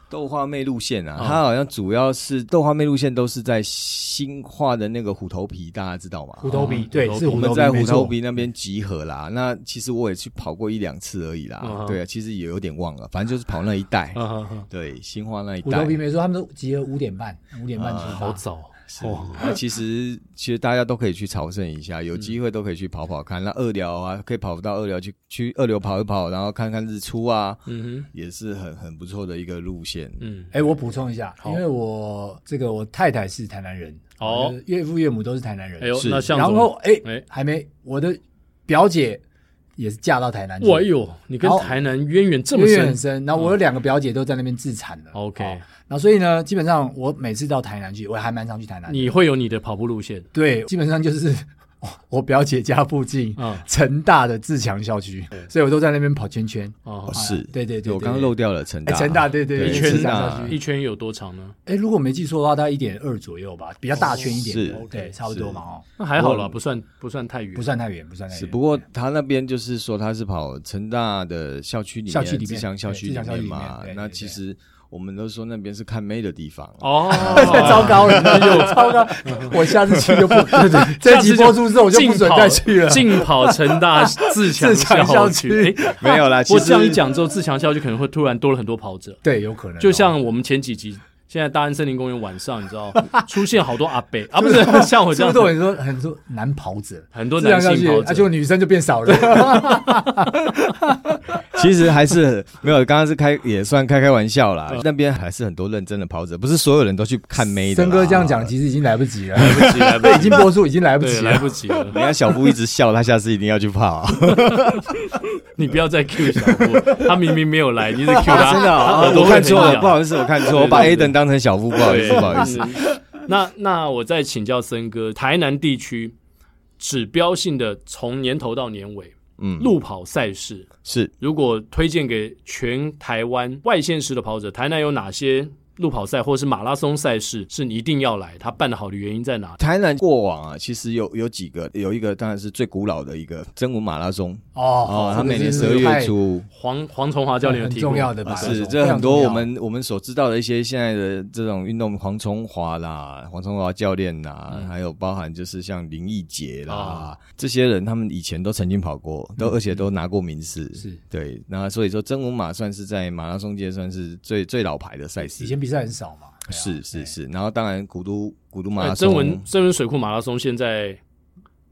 豆花妹路线啊，它好像主要是豆花妹路线都是在新化的那个虎头皮，大家知道吗？虎头鼻哦对虎头，鼻是我虎们头在鼻，虎没头错，鼻那边集合啦。那其实我也去跑过一两次而已啦。嗯哼对啊，其实也有点忘了，反正就是跑那一带，哎啊啊啊！对，新化那一虎头带。鼻没错，他们都集合五点半，五点半出发，啊好早哦，那啊其实其实大家都可以去朝圣一下，有嗯机会都可以去跑跑看。那二寮啊，可以跑到二寮去去二寮跑一跑，然后看看日出啊，嗯哼，也是很很不错的一个路线。嗯，哎、我补充一下，因为我这个我太太是台南人，哦我的岳父岳母都是台南人，哎呦，是那像然后哎、哎还没我的表姐也是嫁到台南去，我哎呦，你跟然后台南渊源这因么为很深哦深。然后我有两个表姐都在那边自产了、 ，OK，哦然后所以呢，基本上我每次到台南去，我还蛮常去台南的，你会有你的跑步路线。对，基本上就是 我我表姐家附近。啊、成大的自强校区，所以我都在那边跑圈圈。啊哦哦，，是对对对我刚刚漏掉了成哎，大，成大对对对对，一圈啊自强大校区一圈有多长呢？哎，如果没记错的话，大概一点二左右吧，比较大圈一点的，哦是对，差不多嘛哦，那还好啦，不算不算太远，不算太远，不算太是，远。不过他那边就是说他是跑成大的校区里面，校区里面自强校区对自强校区里面嘛对。对那对，其实我们都说那边是看妹的地方。啊哦 太糟糕了，又糟糕！我下次去 就不，对对，这集播出之后我就不准再去了。竞跑成大自 强校自强校区区，没有啦 我这样其一实讲之后，自强校区可能会突然多了很多跑者，对，有可能哦就像我们前几集现在大安森林公园晚上，你知 道出现好多阿伯啊，不是像我这样是不是都很多很多男跑者，很多这样男下性去跑，啊，者，就女生就变少 了。其实还是没有，刚刚是开也算开开玩笑啦。那边还是很多认真的跑者，不是所有人都去看妹的森啦。哥这样讲，其实已经来不 及了，来不及，来不及，已经播出，已经来不及对，来了。不及了。你看小布一直笑，他下次一定要去跑。啊你不要再 Q 小布，他明明没有来，你一直 Q 他，啊真的他哦，耳朵 我会看错很了，痒不好意思，我看错，我把对 A 对 n 当成小布，不好意思，对不好意思。。嗯那那我再请教森哥，台南地区指标性的从年头到年尾嗯，路跑赛事，是如果推荐给全台湾外县市的跑者，台南有哪些路跑赛或是马拉松赛事是你一定要来？它办得好的原因在哪？台南过往啊，其实有有几个，有一个当然是最古老的一个真武马拉松哦哦，，他每年十二这个月是初。啊黄黄崇华教练有很提重要过，的吧？是，这这种很多非我常重要们我们所知道的一些现在的这种运动，黄崇华啦，黄崇华教练啦，嗯还有包含就是像林奕杰啦、哦啊这些人，他们以前都曾经跑过，都、而且都拿过名次，嗯是对。那所以说，真武马算是在马拉松界算是最最老牌的赛事以，前比赛很少嘛。对啊哎是是是。然后当然古都古都马呃拉曾松，文曾文水库马拉松现在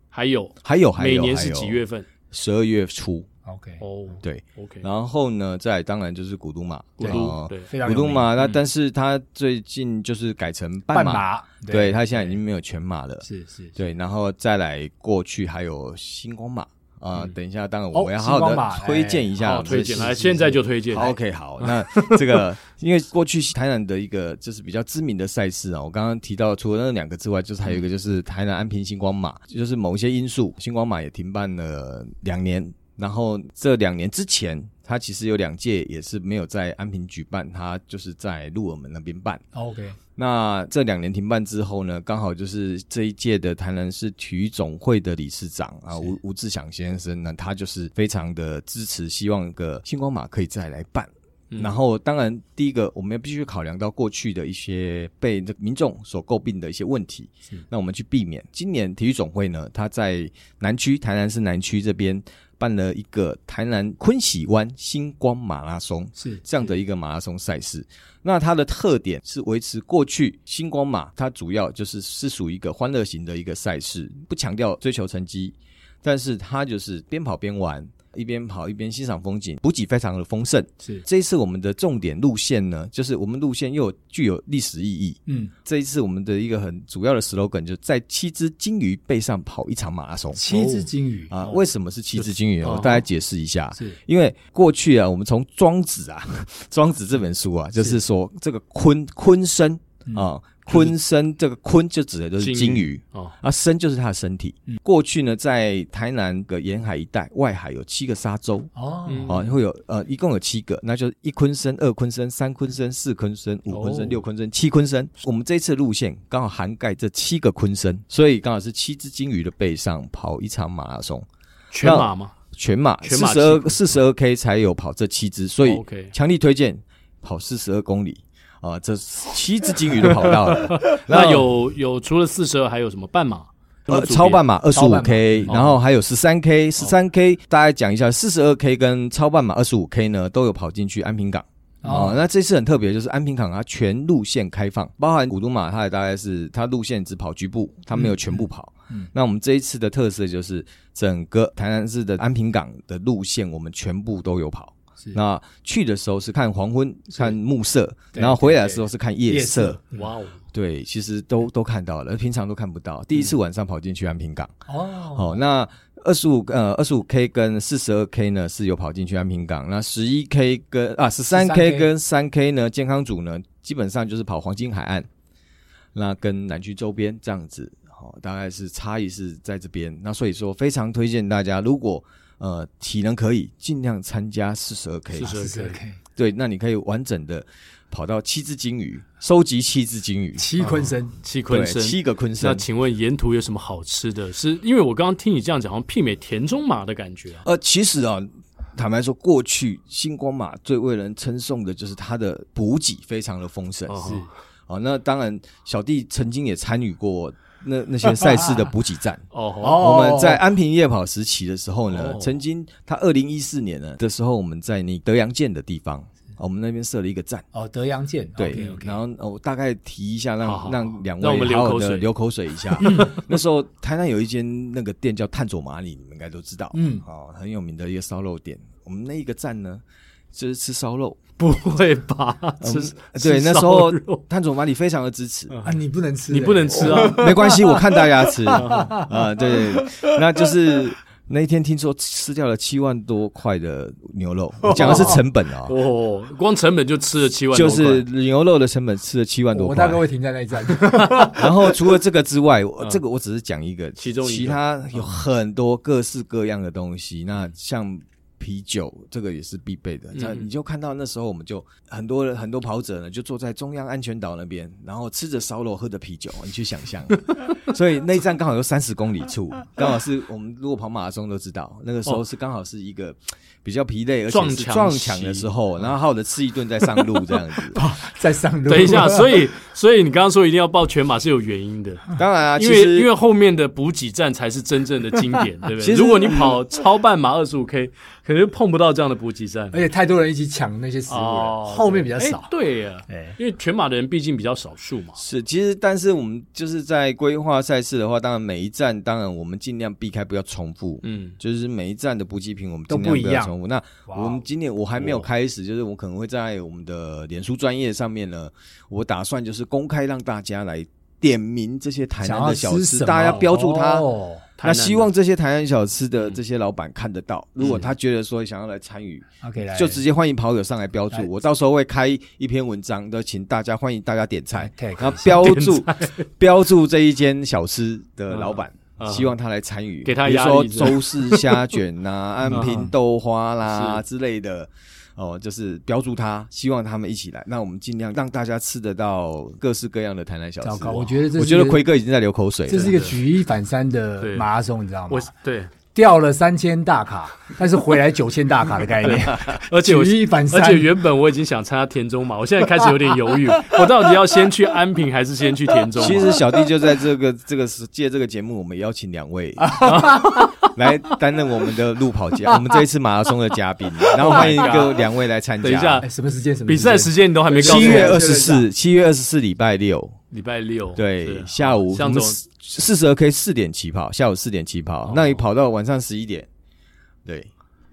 还有，还有还有每年是几月？份？十二月初， ，OK，哦对。 ，OK，然后呢，再来当然就是古都马，古然都后对。非常古有都名马，那嗯但是他最近就是改成半半马。马，对他现在已经没有全马了，是是对，然后再来过去还有星光马啊、嗯等一下，当然哦我们要好星好光马哎的推荐一下，好，哦推荐这来，现在就推荐。好 OK 好，那这 个因为过去台南的一个就是比较知名的赛事啊，我刚刚提到除了那两个之外，就是还有一个就是台南安平星光马，就是某一些因素，星光马也停办了两年，然后这两年之前。它其实有两届也是没有在安平举办，它就是在鹿耳门那边办。 ，OK，那这两年停办之后呢，刚好就是这一届的台南市体育总会的理事长啊，是吴吴志祥先生呢，他就是非常的支持，希望个星光马可以再来办。嗯然后，当然，第一个我们也必须考量到过去的一些被这个民众所诟病的一些问题是，那我们去避免。今年体育总会呢，它在南区台南市南区这边办了一个台南昆喜湾星光马拉松，是这样的一个马拉松赛事。那它的特点是维持过去星光马，它主要就是是属于一个欢乐型的一个赛事，不强调追求成绩，但是它就是边跑边玩。一边跑一边欣赏风景，补给非常的丰盛。是，这一次我们的重点路线呢，就是我们路线又有具有历史意义。嗯，这一次我们的一个很主要的 slogan 就是在七只金鱼背上跑一场马拉松七只金鱼啊！为什么是七只金鱼？哦我大概解释一下。是因啊为过去啊，我们从《庄子》啊， 《庄子》这本书啊，就是说这个鲲鲲身啊，鲲身这个鲲就指的就是嗯金金鱼鱼。哦，嗯啊，身就是它的身体。过去呢，在台南的沿海一带、外海有七个沙洲，哦，嗯啊，会有呃，一共有七个，那就是一鲲身、二鲲身、三鲲身、四鲲身、五鲲哦身、六鲲身、七鲲身。我们这一次路线刚好涵盖这七个鲲身，所以刚好是七只金鱼的背上跑一场马拉松。全马吗？全马全四马十二四十二 K 才有跑这七只，所以哦 OK。强力推荐跑四十二公里啊、这七只金鱼都跑到了 那有有除了四十二，还有什么半马？呃超半马二十超五半哦 K，马然后还有十三 K，十三 K 大家讲一下，四十二 K 跟超半马二十五 K 呢都有跑进去安平港。哦，那这次很特别，就是安平港它全路线开放，包含古都马，它也大概是它路线只跑局部，它没有全部跑。嗯嗯那我们这一次的特色就是整个台南市的安平港的路线，我们全部都有跑是。那去的时候是看黄昏、看暮色，对然后回来的时候是看夜夜色。色哇哦，对，其实都都看到了，平常都看不到。第一次晚上跑进去安平港，哦，嗯哦，那二十五呃二十五 K 跟四十二 K 呢是有跑进去安平港，那十一 K 跟啊十三 K 13K 跟三 K 呢健康组呢基本上就是跑黄金海岸，那跟南区周边这样子，好、大概是差异是在这边。那所以说非常推荐大家，如果呃体能可以，尽量参加四十二 K， 42K 四十 K，对，那你可以完整的跑到七只金鱼，收集七只金鱼，七鲲身，七对，鲲身，七个鲲那身。请问沿途有什么好吃的？是因为我刚刚听你这样讲，好像媲美田中马的感觉啊。呃，其实啊，坦白说，过去星光马最为人称颂的就是它的补给非常的丰盛。哦哦，那当然，小弟曾经也参与过那 那些赛事的补给站。哦，哦，我们在安平夜跑时期的时候呢，哦曾经他二零一四年呢的时候，我们在那德阳县的地方哦我们那边设了一个站。哦，德阳舰，对 o k 然后呃我大概提一下，让好好好让两位让我们流好好口地水嗯流口水 一下。那时候台南有一间那个店叫探索马里，你们应该都知道，嗯哦，很有名的一个烧肉店。我们那一个站呢，就是吃烧肉，呃不会吧？ 吃嗯对，嗯吃那时烧候肉嗯探索马里非常的支持，啊，你不能吃，你不能吃啊， 没关系，我看大家 吃嗯啊，对，那就是那一天听说吃掉了七万多块的牛肉，我讲的是成本啊、哦，光成本就吃了七万多就块，是牛肉的成本吃了七万我多我块，大概会停在那一站。 然后除了这个之外，我这个我只是讲一个，嗯其中一个其他有很多各式各样的东西。那像啤酒，这个也是必备的。那嗯你就看到那时候我们就很多人很多跑者呢，就坐在中央安全岛那边，然后吃着烧肉，喝着啤酒，你去想 象。所以那一站刚好有三十公里处，刚好是我们如果跑马拉松都知道，那个时候是刚好是一个比较疲累而且撞是墙撞墙期嗯的时候，然后好的吃一顿再上路这样 子。再上路。等一 下，所以以所以你刚刚说一定要报全马是有原因的，当然啊，因其为实因为后面的补给站才是真正的经典，对不其对？实如果你跑超半马二十五 K，可能就碰不到这样的补给站而。哎且太多人一起抢那些食物了，哦，后面比较对少哎。对呀，哎因为全马的人毕竟比较少数嘛。是，其实但是我们就是在规划赛事的话，当然每一站，当然我们尽量避开不要重复，嗯，就是每一站的补给品我们都尽量不一不要样重复。那哇哦我们今年我还没有哇开始，就是我可能会在我们的脸书专业上面呢，我打算就是公开让大家来点名这些台想南要的小吃吃，什大家么标注它。哦台那南的希望这些台南小吃嗯的这些老板看得到，如果他觉得说想要来参与， ，OK，来就直接欢迎跑友上来标注来，我到时候会开一篇文章的，请大家欢迎大家点菜， tag 然后标注 标注这一间小吃的老板。嗯希望他来参与，给他比如压力说是吧周氏虾卷呐、 安平豆花啦嗯之类的，哦，就是标注他，希望他们一起来。那我们尽量让大家吃得到各式各样的台南小吃。啊糟糕，我觉得这是我觉得一个奎哥已经在流口水了。这是一个举一反三的对马拉松，你知道吗我？对，掉了三千大卡， 但是回来九千大卡的概念， 而且我举一反三而且原本我已经想参加田中马，我 现在开始有点犹豫， 我到底要先去安平还是先去田中马？其实小弟就在这个这个是借这个节目，我们邀请两 位来担任我们的路跑嘉，我们这一次马拉松的嘉宾，然后欢迎 Oh my 各 god 两位来参加。 等一下哎，什么时间？什么比赛时间你都还没告诉七月我，二十四，七月二十四礼拜六，礼拜六对哦是，啊下午我向们总四十二 K 四点起跑，下午四点起哦跑，那你跑到晚上十一点，对，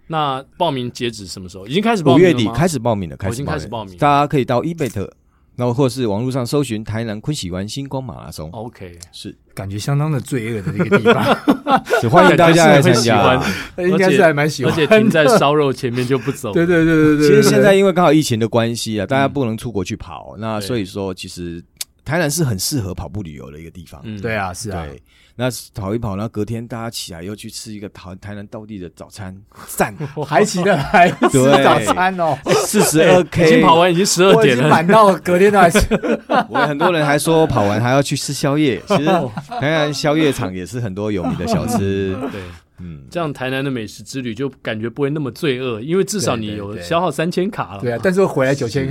那报名截止什么时候？已经开始报五名月了吗底开始报名了，我已经开始报名大家可以到 eBet，然后或是网络上搜寻台南昆喜湾星光马拉松， OK，是，感觉相当的罪恶的这个地方，是欢迎大家 来参加感觉是会啊。喜欢应该是还蛮喜 欢而。且停在烧肉前面就不走。 对对对对对，其对实现在因为刚好疫情的关系啊，大家不能出国去跑，那所以说其实台南是很适合跑步旅游的一个地方。嗯，对啊，是啊，对，那跑一跑，然后隔天大家起来又去吃一个台台南道地的 早餐，赞，我还起得来吃对早餐哦，四十二 K，已经跑，完已经十二我已点经了。满到隔天 都还吃。我很多人还说跑完还要去吃 宵夜，其实台南宵夜场也是很多有名的小吃，对，嗯，这样台南的美食之旅就感觉不会那么罪恶，因为至少对你对有对消耗三千卡了。对啊，但是我回来九千，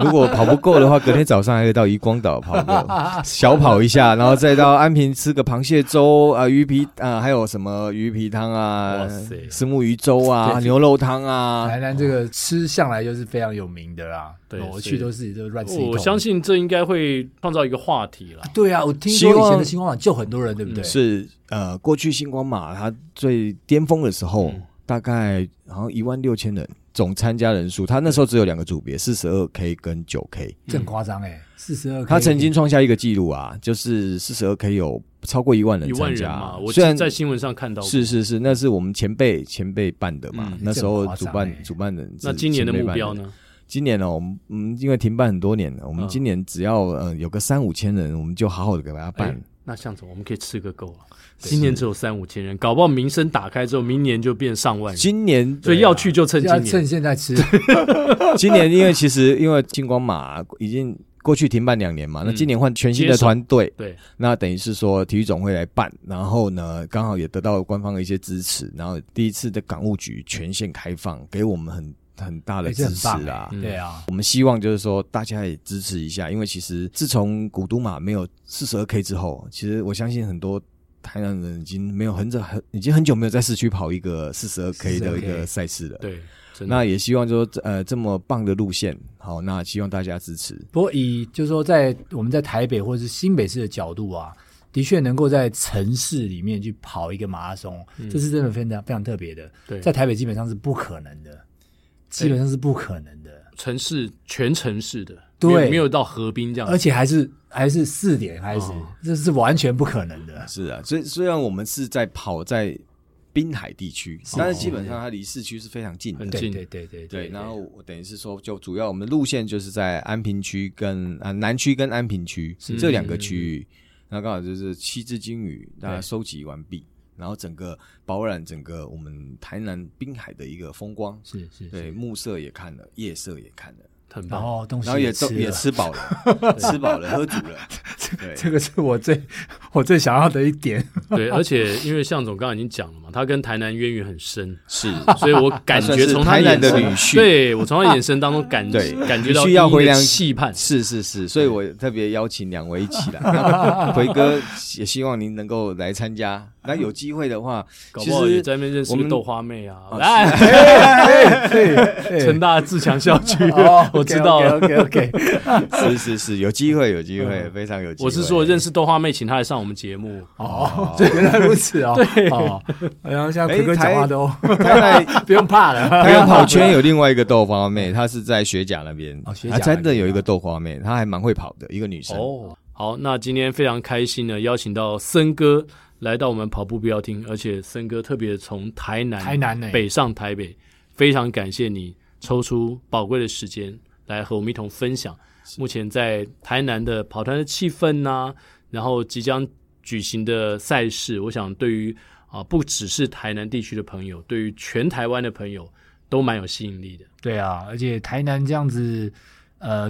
如果跑不够的话，隔天早上还可以到渔光岛跑 个小跑一下，然后再到安平吃个螃蟹粥啊、鱼皮啊、还有什么鱼皮汤啊哇塞、石目鱼粥啊、 对牛肉汤啊台。南这个吃向来就是非常有名的啦。对我所去以都是都乱吃一通。哦我相信这应该会创造一个话题了。对啊，我听希说以前望的星光网救很多人，对不对？是呃，过去星光马它最巅峰的时候，嗯大概好像一万六千人总参加人数，它那时候只有两个组别，四十二 K 跟九 K。这很夸张哎，四十二。他曾经创下一个记录啊，就是四十二 K 有超过一万人一万参人加啊嘛，。我虽然在新闻上看到过。是是是，那是我们前辈前辈办的嘛，嗯那时候这很夸主张办欸主办人是那今年的前辈目办标的？呢？今年呢、我们嗯，因为停办很多年了，我们嗯今年只要呃有个三五千人，我们就好好的给大家办哎。那向总，我们可以吃个够了。今年只有三五千人，搞不好名声打开之后，明年就变上万人。今啊年所以要去就趁今要年趁。现在吃，今年因为其实因为金光马已经过去停办两年嘛，那嗯今年换全新的接手团队，对，那等于是说体育总会来办，然后呢，刚好也得到官方的一些支持，然后第一次的港务局全线开放，给我们很很大的哎支这很持棒啦。嗯对啊，我们希望就是说大家也支持一下，因为其实自从古都马没有四十二 K 之后，其实我相信很多台南人已经没有很早很已经很久没有在市区跑一个四十二 K 的一 42K 个赛事了。对，真的那也希望说，呃，这么棒的路线，好，那希望大家支持。不过以就是说在我们在台北或者是新北市的角度啊，的确能够在城市里面去跑一个马拉松，这是真的非常非常特别的。嗯对在台北基本上是不可能的，基本上是不可能的，城市全城市的，对没有没有到河滨这样，而且还是还是四点开始，啊哦这是完全不可能的。是啊，所以虽然我们是在跑在滨海地区，但是基本上它离市区是非常近的很。对近对对对对，然后我等于是说，就主要我们的路线就是在安平区跟啊、南区跟安平区这两个区域，那刚好就是七只金鱼大家收集完毕，然后整个饱览整个我们台南滨海的一个风光，是是对，暮色也看了，夜色也看了，很然棒。后东西然后也吃都了也吃饱 了，吃饱了，喝足 了，对，这个是我最 我最想要的一点。对，而且因为向总刚刚已经讲了嘛，他跟台南渊源很深， 是所以我感觉从 他算是台南眼的神女婿对我从他眼神当中感 对感觉到女婿要一定的回娘气盼，是是是，所以我特别邀请两位一起来。那奎哥也希望您能够来参加。那有机会的话，搞其不好也实在那边认识我个们豆花妹啊，来哎 哎成大自强校区，哦 我知道了。 OK OK，是是是，有机会有机会，非常有机会。我是说认 识识豆花妹，请她来上我们节目。哦， 对，原来如此哦。对，哦，然后像哎奎哥讲话都台南 不用怕了。台 南跑圈有另外一个豆花妹，她是在学甲那边，哦学甲她真那的边有一个豆花妹，她还蛮会跑的一个女生。哦，好，那今天非常开心呢，邀请到森哥来到我们跑步不要听，而且森哥特别从台南台南呢欸北上台北，非常感谢你抽出宝贵的时间来和我们一同分享目前在台南的跑团的气氛呐、然后即将举行的赛事，我想对于啊、不只是台南地区的朋友，对于全台湾的朋友都蛮有吸引力的。对啊，而且台南这样子，呃，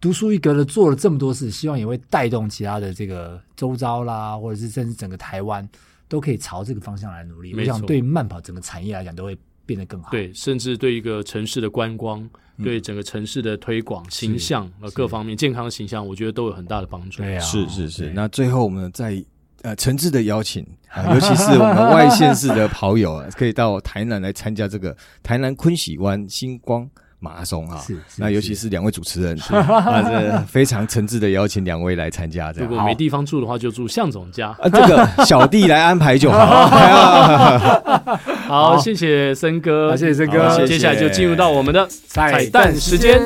独树一格的做了这么多事，希望也会带动其他的这个周遭啦，或者是甚至整个台湾都可以朝这个方向来努力。没我错想对慢跑整个产业来讲，都会变得更好。，对，甚至对一个城市的观光，嗯对整个城市的推广、形象呃各方面健康形象，我觉得都有很大的帮助。对啊，是是是，对那最后我们再呃诚挚的邀 请、啊，尤其是我们外县市的跑友啊，可以到台南来参加这个台南昆喜湾星光马拉松啊。是是那尤其是两位主持人，啊，这非常诚挚的邀请两位来参加，这如样果没地方住的话，就住向总家。啊，这个小弟来安排就好。哎呀好，谢谢森哥，好谢谢森哥好谢谢接下来就进入到我们的彩彩蛋时间。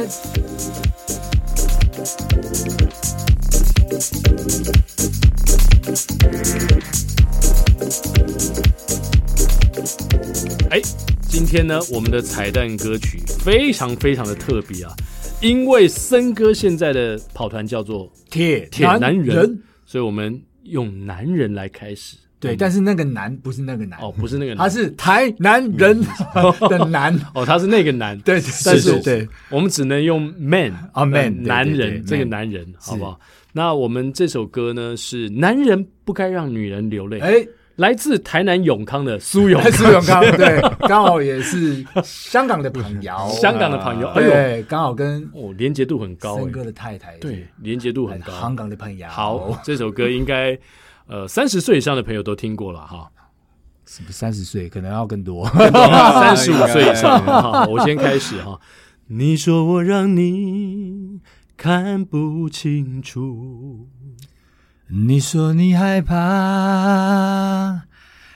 哎，今天呢，我们的彩蛋歌曲非常非常的特别啊，因为森哥现在的跑团叫做铁铁男人，嗯所以我们用男人来开始。对，但是那个男不是那个男，哦，不是那个男，他是台南人的 男。哦，他是那个男，对，但但是是对，我们只能用 man 呃啊，man，对男对人对这个 man 男人，好不好？那我们这首歌呢是《男人不该让女人流泪》，哎，来自台南永康的苏永哎 康，苏永康，对，刚好也是香港的朋友，啊香港的朋友，哎对，刚好跟呦，哦，连结度很高森哎，哥的太太对，连结度很是哎高香。港的朋友，好，，这首歌应该呃三十岁以上的朋友都听过了 哈，是不是三十岁可能要更多？三十五岁以上哈，我先开始哈。 你说我让你看不清楚，你说你害怕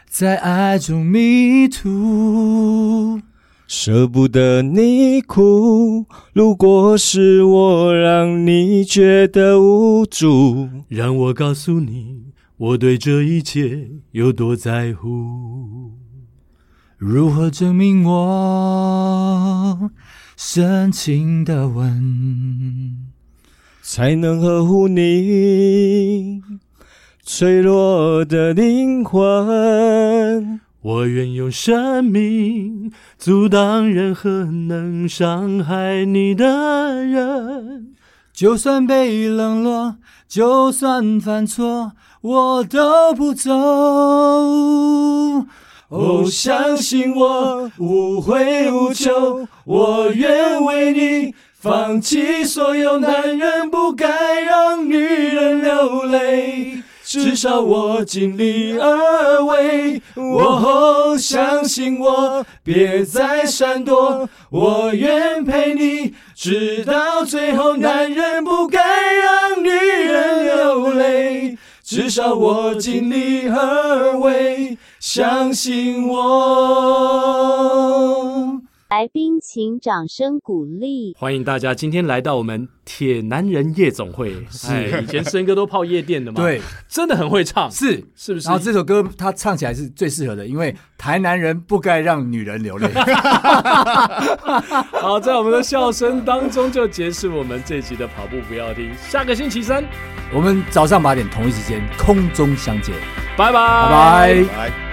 在爱中迷途，舍不得你哭，如果是我让你觉得无助，让我告诉你，我对这一切有多在乎。如何证明我深情的吻？才能呵护你脆弱的灵魂。我愿用生命阻挡任何能伤害你的人。就算被冷落，就算犯错，我都不走。哦，相信我，无悔无求，我愿为你放弃所有。男人不该让女人流泪，至少我尽力而为。我相信我，别再闪躲，我愿陪你直到最后。男人不该让女人流泪，至少我尽力而为，相信我。来宾请掌声鼓励。欢迎大家今天来到我们铁男人夜总 会。哎，以前森哥都泡夜店的嘛，对，真的很会唱，是。是不是然？后这首歌他唱起来是最适合的，因为台南人不该让女人流泪。好，在我们的笑声当中就结束我们这集的跑步不要停，下个星期三，我们早上八点同一时间空中相见，拜拜，拜拜拜。来。